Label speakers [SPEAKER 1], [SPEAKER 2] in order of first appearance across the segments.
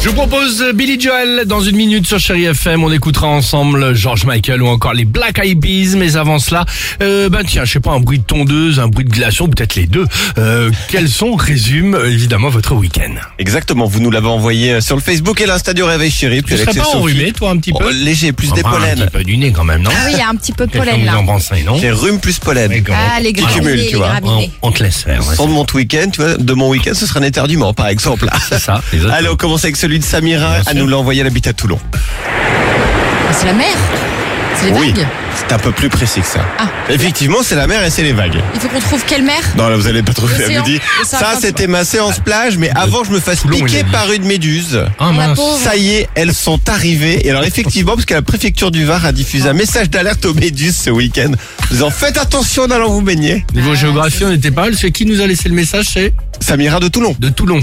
[SPEAKER 1] Je vous propose Billy Joel dans une minute sur Chéri FM. On écoutera ensemble George Michael ou encore les Black Eyed Peas. Mais avant cela, euh, ben tiens, je sais pas, un bruit de tondeuse, un bruit de glaçon, peut-être les deux. Euh, quels sont, résume évidemment votre week-end
[SPEAKER 2] Exactement, vous nous l'avez envoyé euh, sur le Facebook et l'Insta du Réveil Chéri.
[SPEAKER 1] Tu
[SPEAKER 2] Puis
[SPEAKER 1] serais
[SPEAKER 2] Alex et
[SPEAKER 1] pas
[SPEAKER 2] Sophie.
[SPEAKER 1] enrhumé, toi, un petit peu
[SPEAKER 2] Oh, Léger, plus des
[SPEAKER 1] Enfin, Ah, Un
[SPEAKER 2] pollens.
[SPEAKER 1] petit peu du nez quand même, non
[SPEAKER 3] Ah oui, il y a un petit peu de
[SPEAKER 1] Qu'est-ce que
[SPEAKER 3] pollen
[SPEAKER 1] vous
[SPEAKER 3] là.
[SPEAKER 1] en pensez, non
[SPEAKER 2] C'est rhume plus
[SPEAKER 1] Mais
[SPEAKER 2] pollen.
[SPEAKER 1] comment-
[SPEAKER 3] Ah, les
[SPEAKER 2] cumules,
[SPEAKER 3] graminés,
[SPEAKER 2] tu
[SPEAKER 3] les
[SPEAKER 2] vois.
[SPEAKER 1] on,
[SPEAKER 3] graminés.
[SPEAKER 1] on te laisse faire, ouais,
[SPEAKER 2] Sans de mon week-end, tu vois, de mon week-end, ce sera un éternuement, par exemple.
[SPEAKER 1] c'est ça. les autres.
[SPEAKER 2] Allez, on commence avec celui de Samira.
[SPEAKER 1] Bien
[SPEAKER 2] à
[SPEAKER 1] sûr.
[SPEAKER 2] nous l'a envoyé, elle habite à Toulon.
[SPEAKER 3] Ah, C'est la mer. C'est les
[SPEAKER 2] oui,
[SPEAKER 3] vagues.
[SPEAKER 2] c'est un peu plus précis que ça.
[SPEAKER 3] Ah.
[SPEAKER 2] Effectivement, c'est la mer et c'est les vagues.
[SPEAKER 3] Il faut qu'on trouve quelle mer
[SPEAKER 2] Non, là, vous allez pas trouver. Elle
[SPEAKER 3] L'océan.
[SPEAKER 2] me dit,
[SPEAKER 3] L'océan
[SPEAKER 2] ça,
[SPEAKER 3] Atlantique.
[SPEAKER 2] c'était ma séance plage, mais avant, je me fasse
[SPEAKER 1] Toulon, il a
[SPEAKER 2] piquer
[SPEAKER 1] dit.
[SPEAKER 2] par une méduse.
[SPEAKER 1] Ah
[SPEAKER 3] la
[SPEAKER 1] mince.
[SPEAKER 3] pauvre.
[SPEAKER 2] Ça y est, elles sont arrivées. Et alors effectivement, parce que la préfecture du Var a diffusé un message d'alerte aux méduses ce week-end, en disant faites attention en allant vous baigner.
[SPEAKER 1] Niveau
[SPEAKER 3] Ah,
[SPEAKER 1] géographie, on n'était pas mal. Ce qui nous a laissé le message, c'est
[SPEAKER 2] Samira de Toulon.
[SPEAKER 1] de Toulon.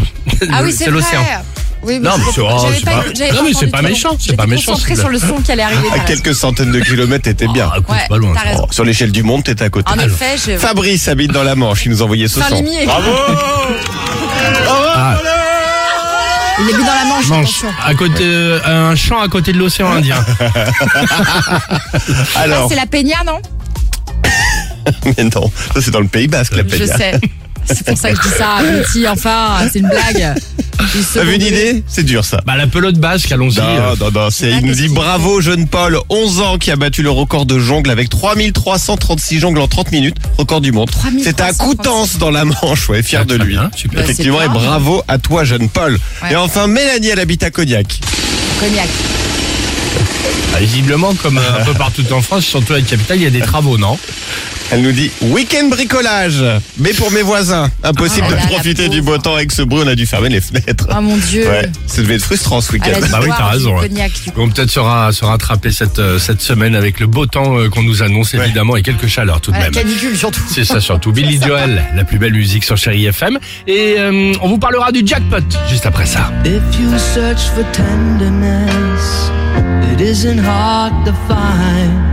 [SPEAKER 3] Ah
[SPEAKER 1] Le-
[SPEAKER 3] oui, c'est
[SPEAKER 1] l'océan.
[SPEAKER 3] vrai. Oui,
[SPEAKER 1] Non, mais
[SPEAKER 3] je
[SPEAKER 1] c'est-
[SPEAKER 3] comprends-
[SPEAKER 1] oh,
[SPEAKER 3] j'avais
[SPEAKER 1] c'est pas-
[SPEAKER 3] j'avais
[SPEAKER 1] Non, mais c'est
[SPEAKER 3] entendu
[SPEAKER 1] pas
[SPEAKER 3] ton nom.
[SPEAKER 1] méchant, c'est
[SPEAKER 3] J'étais
[SPEAKER 1] pas méchant,
[SPEAKER 3] concentrée
[SPEAKER 1] celui-là.
[SPEAKER 3] sur le son qui allait arriver.
[SPEAKER 2] À
[SPEAKER 3] par la suite.
[SPEAKER 2] quelques centaines de kilomètres, t'étais bien.
[SPEAKER 1] Ah, écoute,
[SPEAKER 3] Ouais,
[SPEAKER 1] pas loin.
[SPEAKER 3] t'as raison.
[SPEAKER 2] Oh, sur l'échelle du monde, t'étais à côté.
[SPEAKER 3] En effet, je.
[SPEAKER 2] Fabrice habite dans la Manche, il nous envoyait ce
[SPEAKER 3] Fin
[SPEAKER 2] son. Ah,
[SPEAKER 3] limier.
[SPEAKER 2] Bravo
[SPEAKER 3] Il est mis dans la manche.
[SPEAKER 1] Manche,
[SPEAKER 3] attention.
[SPEAKER 1] à côté, euh, un champ à côté de l'océan Indien.
[SPEAKER 3] Ah,
[SPEAKER 2] Alors,
[SPEAKER 3] c'est la hein. Peña, non
[SPEAKER 2] mais non, ça c'est dans le Pays Basque, la
[SPEAKER 3] Je
[SPEAKER 2] peña.
[SPEAKER 3] sais. C'est pour ça que je dis ça, petit, enfin, c'est une blague. Du second
[SPEAKER 2] T'as vu une
[SPEAKER 3] degré.
[SPEAKER 2] idée C'est dur ça.
[SPEAKER 1] Bah la pelote basque, allons-y. euh,
[SPEAKER 2] Non, non, non, c'est, il nous dit bravo jeune Paul, 11 ans, qui a battu le record de jongle avec 3336 jongles en 30 minutes, record du monde. C'était à
[SPEAKER 3] 3336.
[SPEAKER 2] Coutances dans la Manche, ouais, fier
[SPEAKER 1] Ah,
[SPEAKER 2] de
[SPEAKER 1] très
[SPEAKER 2] lui.
[SPEAKER 1] bien, super.
[SPEAKER 3] Bah, c'est
[SPEAKER 2] Effectivement, et
[SPEAKER 3] bien.
[SPEAKER 2] bravo à toi jeune Paul.
[SPEAKER 3] Ouais.
[SPEAKER 2] Et enfin, Mélanie, elle habite à Cognac.
[SPEAKER 3] Cognac.
[SPEAKER 1] Bah, Visiblement, comme euh, un peu partout en France, surtout à la capitale, il y a des travaux, non
[SPEAKER 2] Elle nous dit week-end bricolage, mais pour mes voisins. Impossible
[SPEAKER 3] Ah
[SPEAKER 2] de
[SPEAKER 3] là là, la
[SPEAKER 2] profiter du beau
[SPEAKER 3] pauvre.
[SPEAKER 2] temps avec ce bruit, on a dû fermer les fenêtres.
[SPEAKER 3] Oh mon dieu.
[SPEAKER 2] Ouais, ça devait être frustrant ce
[SPEAKER 3] À
[SPEAKER 2] week-end.
[SPEAKER 3] la
[SPEAKER 1] Bah oui,
[SPEAKER 3] victoire
[SPEAKER 1] t'as
[SPEAKER 3] du
[SPEAKER 1] raison, ouais.
[SPEAKER 3] Cognac, du coup.
[SPEAKER 1] On peut-être sera, sera rattrapé cette, euh, cette semaine avec le beau temps euh, qu'on nous annonce,
[SPEAKER 2] Ouais.
[SPEAKER 1] évidemment, et quelques chaleurs tout de
[SPEAKER 3] À la
[SPEAKER 1] même.
[SPEAKER 3] canicule, surtout.
[SPEAKER 1] C'est ça surtout. Billy Joel, la plus belle musique sur Chéri FM. Et euh, on vous parlera du jackpot juste après ça.
[SPEAKER 4] If you search for tenderness, it isn't hard to find.